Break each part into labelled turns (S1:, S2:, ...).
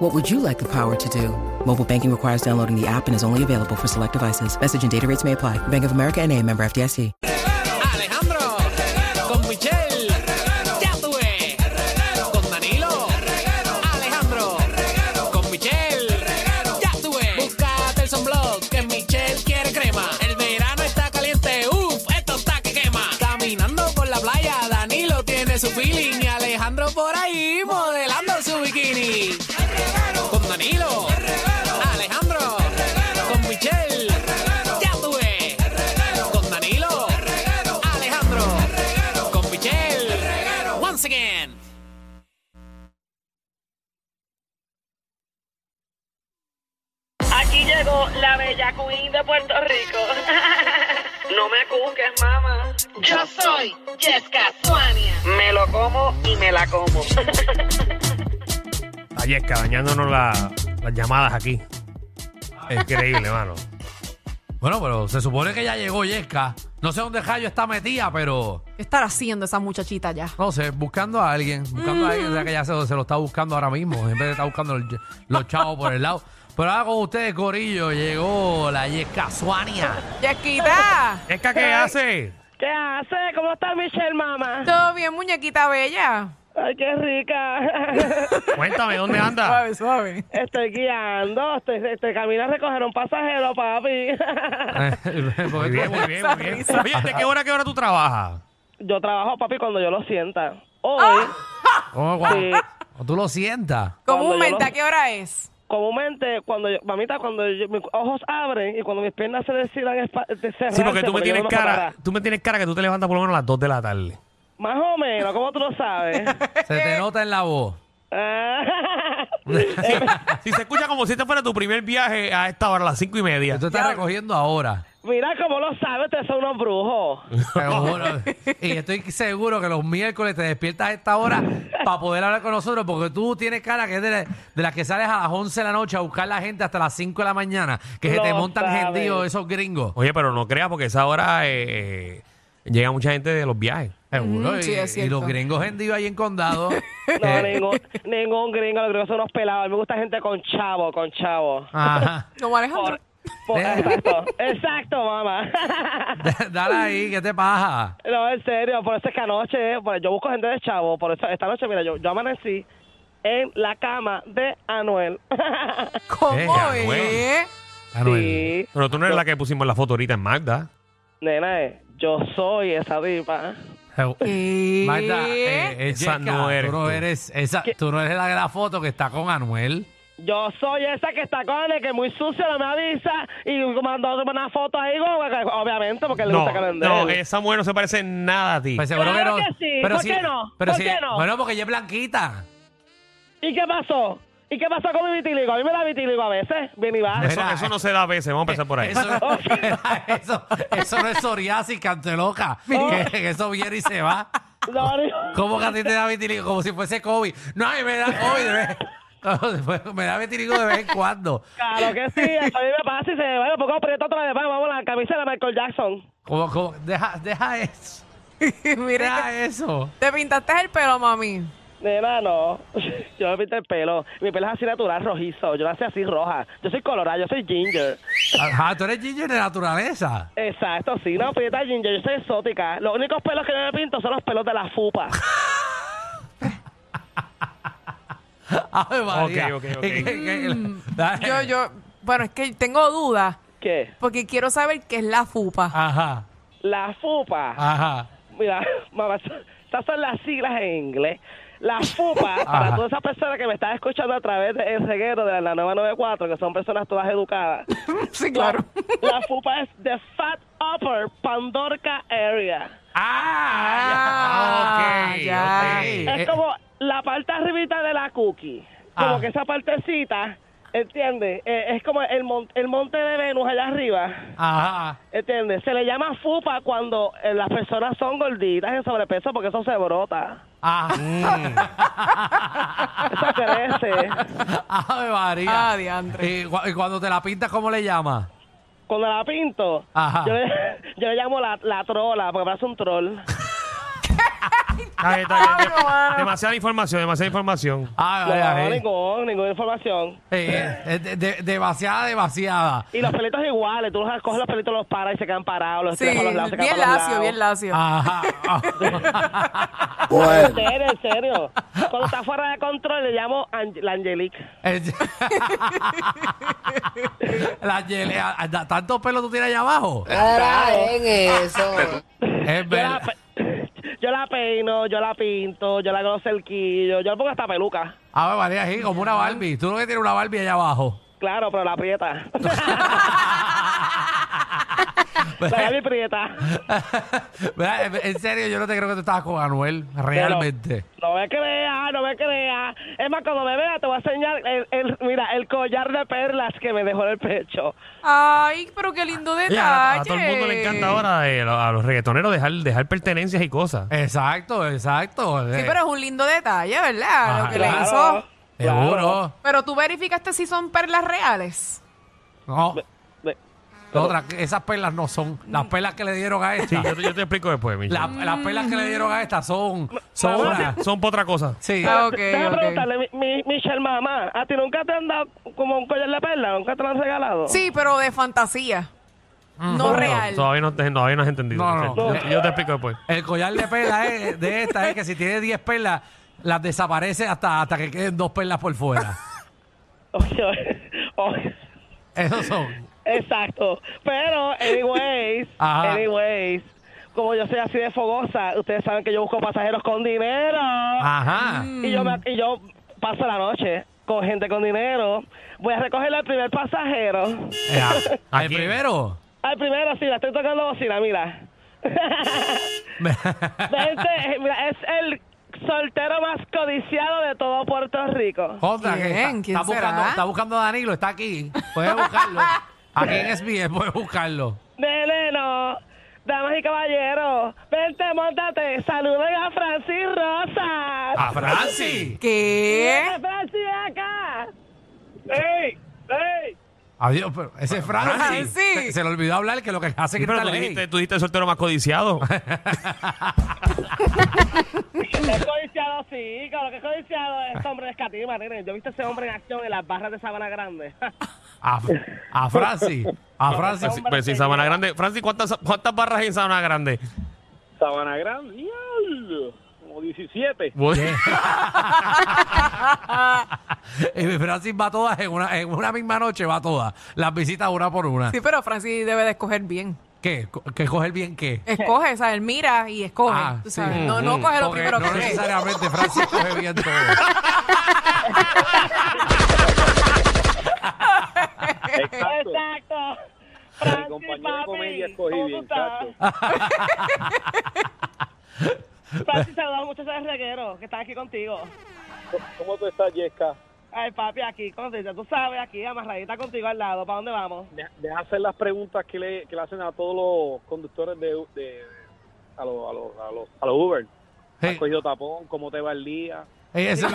S1: What would you like the power to do? Mobile banking requires downloading the app and is only available for select devices. Message and data rates may apply. Bank of America and a member FDIC.
S2: Alejandro, con Michelle, ya tuve, con Danilo, Alejandro, con Michelle, ya tuve. Búscate el sunblock que Michelle quiere crema. El verano está caliente, uff, esto está que quema. Caminando por la playa, Danilo tiene su feeling y Alejandro por ahí modelando su bikini. Con Danilo, Alejandro, con Michelle, ya tuve. Con Danilo, Alejandro, con Michelle, once again.
S3: Aquí llegó la bella queen de Puerto Rico. No me cuques, mamá. Yo soy Jessica Suania. Me lo como y me la como.
S4: La Yesca dañándonos la- las llamadas aquí. Increíble, mano.
S5: Bueno, pero se supone que ya llegó Yesca. No sé dónde Rayo está metida, pero
S6: ¿Qué estará haciendo esa muchachita ya?
S5: no sé, buscando a alguien. Buscando a alguien, o sea que ya se, se lo está buscando ahora mismo. En vez de estar buscando los, los chavos por el lado. Pero ahora con ustedes, Corillo, llegó la Yesca Suania.
S6: ¡Yesquita!
S4: Yesca, ¿qué hace?
S3: ¿Qué hace? ¿Cómo está Michelle, mamá?
S6: ¿Todo bien, muñequita bella?
S3: Ay, qué rica.
S4: Cuéntame, ¿dónde anda?
S6: suave.
S3: Estoy guiando. Estoy, estoy camino a recoger un pasajero, papi.
S4: Muy bien, muy bien, muy bien. Oye, ¿de qué hora, a qué hora tú trabajas?
S3: Yo trabajo, papi, cuando yo lo sienta. Hoy,
S5: Oh, guau.
S3: Sí.
S5: O tú lo sientas.
S6: Comúnmente, ¿a qué hora es?
S3: comúnmente, cuando yo, mamita, cuando yo- mis ojos abren y cuando mis piernas se decidan espa- de cerrarse,
S4: Sí, porque tú me
S3: porque yo
S4: tienes
S3: no
S4: cara,
S3: parara.
S4: tú me tienes cara que tú te levantas por lo menos a las 2 de la tarde.
S3: Más o menos, ¿cómo tú lo sabes?
S5: Se te nota en la voz.
S3: Ah.
S4: Si se escucha como si este fuera tu primer viaje a esta hora, a las 5 y media.
S5: Tú estás recogiendo ahora.
S3: Mira cómo lo sabes, ustedes son unos brujos.
S5: Te lo juro. Y estoy seguro que los miércoles te despiertas a esta hora para poder hablar con nosotros, porque tú tienes cara que es de, la- de las que sales a las 11 de la noche a buscar la gente hasta las 5 de la mañana, que se te
S3: Lo
S5: montan
S3: sabes.
S5: gentíos esos gringos.
S4: Oye, pero no creas porque a esa hora eh, eh, llega mucha gente de los viajes.
S5: Seguro.
S6: Ujú,
S5: y,
S6: sí, es
S5: y los
S6: cierto.
S5: gringos gentíos ahí en condado.
S3: No,
S5: eh,
S3: ningún, ningún gringo, los gringos son unos pelados. A mí me gusta gente con chavo, con chavo.
S5: Ajá.
S6: Como Alejandro.
S3: Por- por-
S5: Eh.
S3: exacto, exacto, mamá.
S5: Dale ahí, ¿qué te pasa?
S3: No, en serio, por eso es que anoche, eh, por- yo busco gente de chavo. Por eso, esta noche, mira, yo, yo amanecí en la cama de Anuel.
S6: ¿Cómo
S4: Eh,
S6: es?
S5: Anuel.
S3: Sí,
S4: Pero tú no eres la que pusimos la foto ahorita en Magda.
S3: nena, eh, yo soy esa tipa.
S5: Eh,
S6: ¿Qué?
S5: Magda, eh, eh,
S4: Esa
S5: Yeka,
S4: no eres
S5: tú no
S4: tú.
S5: eres esa, tú no eres la de la foto que está con Anuel.
S3: Yo soy esa que está con él, que muy sucia, no me avisa y mandó una foto ahí, obviamente, porque le
S4: No,
S3: gusta calendar.
S4: no, esa mujer no se parece en nada a ti.
S5: Pues seguro
S3: Claro
S5: que no.
S3: que sí. ¿Por qué no?
S5: pero
S3: ¿Por
S5: sí-
S3: qué no?
S5: Bueno, porque ella es blanquita.
S3: ¿Y qué pasó? ¿Y qué pasó con mi vitíligo? A mí me da vitíligo a veces. Bien y va.
S4: Eso, eso no se da a veces, vamos a empezar por
S5: eh, Eso,
S4: ahí.
S5: eso, eso no es psoriasis, canteloca. Que, que eso viene y se va.
S3: No, no.
S5: ¿Cómo que a ti te da vitiligo? Como si fuese COVID. No, ay, me da COVID. de vez- como si fuese- Me da vitiligo de vez en cuando.
S3: Claro que sí, eso a mí me pasa y se me va un poco aprieto otra vez. Vamos, la camisa de Michael Jackson.
S5: Como, como, deja, deja eso.
S6: Mira,
S5: Deja eso.
S6: que te pintaste el pelo, mami.
S3: Nena, no. Yo me pinté el pelo. Mi pelo es así natural, rojizo. Yo nací así roja. Yo soy colorada, yo soy ginger.
S5: Ajá, tú eres ginger de naturaleza.
S3: Exacto, sí, no, pinta ginger. Yo soy exótica. Los únicos pelos que no me pinto son los pelos de la fupa.
S5: Ave María.
S4: ok, ok.
S5: Y que- que- dale.
S6: Mm, Yo, yo, bueno, es que tengo dudas,
S3: ¿Qué?
S6: porque quiero saber qué es la fupa.
S5: Ajá,
S3: La fupa.
S5: ajá.
S3: Mira, mamá, estas son las siglas en inglés. La FUPA, para todas esas personas que me están escuchando a través del reguero de la 994, que son personas todas educadas.
S6: Sí, claro.
S3: La FUPA es The Fat Upper Pandorca Area.
S5: Ah,
S6: Ah, ya.
S5: ok.
S3: Es
S5: Eh,
S3: como la parte arribita de la cookie. Como
S5: Ah.
S3: que esa partecita ¿Entiendes? Eh, es como el, mon- el monte de Venus allá arriba.
S5: Ajá.
S3: ¿Entiendes? Se le llama fupa cuando eh, las personas son gorditas en sobrepeso porque eso se brota.
S5: Ajá.
S3: Eso crece.
S5: Ave María.
S6: Ah, diantre.
S5: Y, cu- y cuando te la pintas, ¿cómo le llamas?
S3: Cuando la pinto,
S5: Ajá.
S3: yo le, yo le llamo la, la trola porque parece un troll.
S4: Está bien, está bien.
S6: Ay, mano.
S4: Demasiada información, demasiada información.
S5: Ave
S3: No,
S5: María. eh.
S3: ningún, ninguna información.
S5: Eh, eh, de- de- demasiada, demasiada.
S3: Y los pelitos iguales, tú los coges los pelitos, los paras y se quedan parados, los
S6: Sí,
S3: tiras para los lados, se quedan
S6: bien
S3: para los
S6: lacio, bien
S3: lados.
S6: lacio.
S4: Ah.
S5: Ajá.
S3: En serio, en serio. Cuando está fuera de control le llamo Ang- la Angelique.
S5: Eh, la yele- a- a- ¿Tanto pelo tú tienes allá abajo?
S7: Ahora en eso.
S5: Es
S3: Yo la,
S5: verdad.
S3: pe- yo la peino, yo la pinto, yo la hago cerquillo, yo le pongo hasta peluca.
S5: Ave María, sí, como una Barbie. Tú no que tienes una Barbie allá abajo.
S3: Claro, pero la aprieta. la Gaby prieta.
S5: Mira, en- en serio, yo no te creo que tú estabas con Anuel, realmente.
S3: Pero No me creas, no me creas. Es más, cuando me vea te voy a enseñar, el, el- mira, el collar de perlas que me dejó en el pecho.
S6: Ay, pero qué lindo detalle.
S4: Ya, a, a todo el mundo le encanta ahora eh, lo- a los reggaetoneros dejar, dejar pertenencias y cosas.
S5: Exacto, exacto.
S4: Eh.
S5: Eh,
S6: Sí, pero es un lindo detalle, ¿verdad?
S5: Ajá.
S6: Lo que le
S3: Claro.
S6: hizo.
S5: Seguro.
S6: Pero tú verificaste si son perlas reales.
S5: No,
S3: Ve-
S5: otra, esas perlas no son. Las perlas que le dieron a
S4: Sí,
S5: esta.
S4: yo, te- yo te explico después, Michelle.
S5: la- las perlas que le dieron a esta son. Son
S4: Son-
S5: unas-
S4: Son por otra cosa.
S5: Sí.
S6: Ah, ok,
S3: Déjame
S6: ok.
S3: preguntarle, mi, mi- Michelle, mamá, ¿a ti nunca te han dado como un collar de perlas? ¿Nunca te lo han regalado?
S6: Sí, pero de fantasía.
S5: Mm,
S6: No real.
S4: Todavía no, te- todavía no has entendido.
S5: No,
S4: Michelle.
S5: no.
S4: Yo, yo te explico después.
S5: El collar de perlas es- de esta es que si tiene 10 perlas, las desaparece hasta, hasta que queden dos perlas por fuera.
S3: Oye, oye, oye.
S5: Esos son.
S3: Exacto. Pero, anyways,
S5: Ajá.
S3: anyways, como yo soy así de fogosa, ustedes saben que yo busco pasajeros con dinero.
S5: Ah. Ajá.
S6: Mm.
S3: Y, yo me- y yo paso la noche con gente con dinero. Voy a recoger al primer pasajero.
S5: Ya.
S4: ¿A
S5: El
S4: quién?
S5: Eh, primero.
S3: Al primero, sí, la estoy tocando bocina, mira. Gente, mira, es el soltero más codiciado de todo Puerto Rico.
S5: Contra, que
S6: ¿Quién?
S5: está,
S6: ¿Quién
S5: está
S6: será?
S5: buscando, está buscando a Danilo, está aquí. Puedes buscarlo. Aquí en SBS puedes buscarlo.
S3: Veneno, damas y caballeros, vente, montate, saluden a Francis Rosa.
S5: ¡A Francis!
S6: ¿Qué?
S3: Francis, ven acá! ¡Ey! ¡Ey!
S5: Adiós, pero ese es Francis.
S6: Francis.
S5: Se, se le olvidó hablar que lo que hace
S4: Sí,
S5: que
S4: pero
S5: está
S4: tú
S5: ley.
S4: dijiste, tú dijiste el soltero más codiciado.
S3: Es codiciado, sí, claro que es codiciado. Este hombre de escatima, nene. Yo viste a ese hombre en acción en las barras de Sabana Grande.
S5: A, a Francis. A Francis.
S4: Pero si- pero si Pues, Sabana Grande. Francis, ¿cuántas, ¿cuántas barras hay en Sabana Grande?
S8: Sabana Grande, diablo, como 17.
S5: ¿Qué? Y eh, Francis va todas en una, en una misma noche, va todas. Las visitas una por una.
S6: Sí, pero Francis debe de escoger bien.
S5: ¿Qué? Co- ¿Que coger bien qué?
S6: Escoge, ¿sabes? Él mira y escoge.
S5: Ah,
S6: Eh, tú
S5: sí.
S6: sabes. No, no coge lo
S5: Porque
S6: primero
S5: no
S6: que ve.
S5: necesariamente Francis coge bien todo.
S8: Exacto.
S3: Exacto.
S8: Mi compañero de comedia escogí bien, chacho.
S3: Francis, saludamos mucho a ese reguero que está aquí contigo.
S8: ¿Cómo tú estás, Yesca?
S3: Ay, papi, aquí, conciencia, tú sabes, aquí, amarradita contigo al lado. ¿Para dónde vamos?
S8: Deja, deja hacer las preguntas que le, que le hacen a todos los conductores de, de- a los a los a los a los Uber. ¿Has
S5: Sí.
S8: cogido tapón? ¿Cómo te va el día?
S5: Y Eh, eso-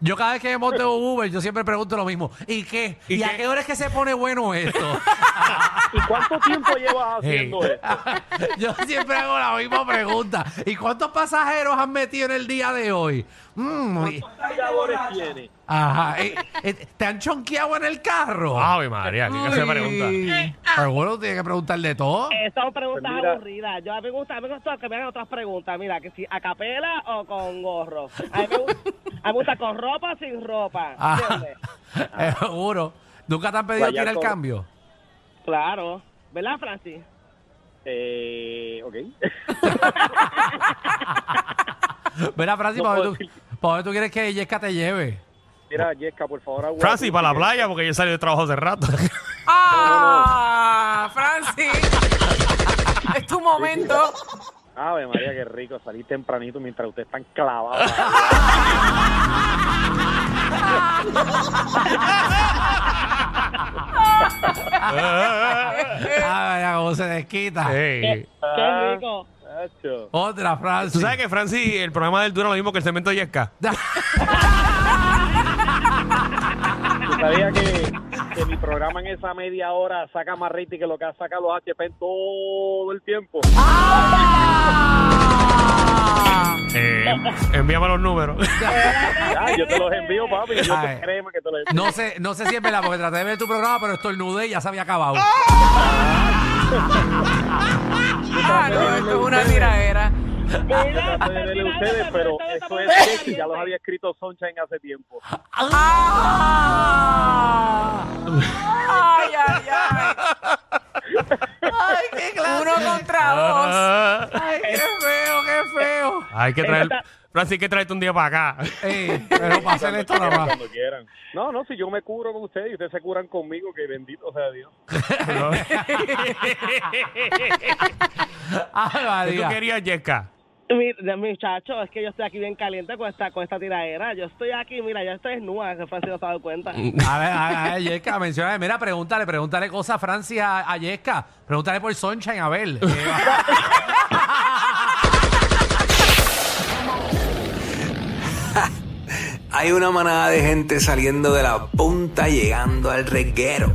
S5: yo cada vez que me monto un Uber, yo siempre pregunto lo mismo. ¿Y qué? ¿Y, a qué hora es que se pone bueno esto?
S8: ¿Y cuánto tiempo llevas haciendo
S5: Sí.
S8: esto?
S5: yo siempre hago la misma pregunta. ¿Y cuántos pasajeros han metido en el día de hoy? Mm, y-
S8: ¿Cuántos cargadores tienes?
S5: ajá. y- y- ¿Te han chonqueado en el carro?
S4: Ave María, ¿qué clase de pregunta?
S8: Eh,
S6: Uy.
S8: ah.
S5: Pero bueno, tiene que preguntar de todo.
S3: Esas son preguntas
S8: Pues mira.
S3: aburridas. Yo a mí me gusta, a mí me gusta que me hagan otras preguntas. Mira, que si a capela o con gorro. A mí me gusta, a mí me gusta con ropa o sin ropa.
S5: Ah,
S3: ¿entiendes?
S5: eh, Seguro. ¿Nunca te han pedido
S8: Vaya
S5: tirar el
S8: todo.
S5: cambio?
S3: Claro. ¿Verdad, Francis?
S8: Eh, ok.
S5: Mira, Francis,
S8: No
S5: ¿para
S8: puedo
S5: dónde tú, para dónde tú quieres que Yesca te lleve?
S8: Mira, Yesca, por favor, agua.
S4: Francis,
S8: tú,
S4: para la
S8: que-
S4: playa, porque yo salí de trabajo hace rato.
S6: ¡Ah! Francis. es tu momento.
S8: Ave María, qué rico salir tempranito mientras ustedes están clavados. Eh.
S5: Ah, ya, cómo se desquita.
S4: Ey.
S8: Qué rico. Nacho.
S5: Otra
S4: Tú
S5: Francis.
S4: sabes que Francis, el programa de él dura lo mismo que el cemento de Yesca.
S8: Yo sabía que, que mi programa en esa media hora saca más rating que lo que ha sacado los HP en todo el tiempo.
S6: Ah.
S4: Eh, envíame los números.
S8: Ya, yo te los envío, papi. Yo
S5: Ay.
S8: te créeme que te los envío.
S5: No sé, no sé si es verdad, porque traté de ver tu programa, pero estornudé y ya se había acabado.
S6: Ah, no, esto es una tiradera.
S8: Yo traté de leerle a ustedes, pero eso es texto y ya los había escrito Sunshine hace tiempo.
S6: Ah. Ay, ay, ay. Ay, Eh, qué clase. Uno contra dos.
S4: Ah,
S5: Ay, qué feo, qué feo.
S4: hay que traer. Francis, hay que traerte un día para acá.
S5: Ey, pero para hacer esto nada más.
S8: Cuando quieran. No, no, si yo me cubro con ustedes y ustedes se curan conmigo, que bendito sea Dios.
S5: Ay,
S4: ¿Qué tú
S5: María.
S4: querías, Yesca?
S3: Mira, muchacho, es que yo estoy aquí bien caliente con esta, con esta tiradera. Yo estoy aquí, mira, ya estoy desnuda, que Francis no se ha dado cuenta.
S5: A ver, a ver, a ver, Yesca, menciona, mira, pregúntale, pregúntale cosas a Francis a, a Yesca. Pregúntale por Sunshine, a ver. Eh, va.
S9: Hay una manada de gente saliendo de la punta llegando al reguero.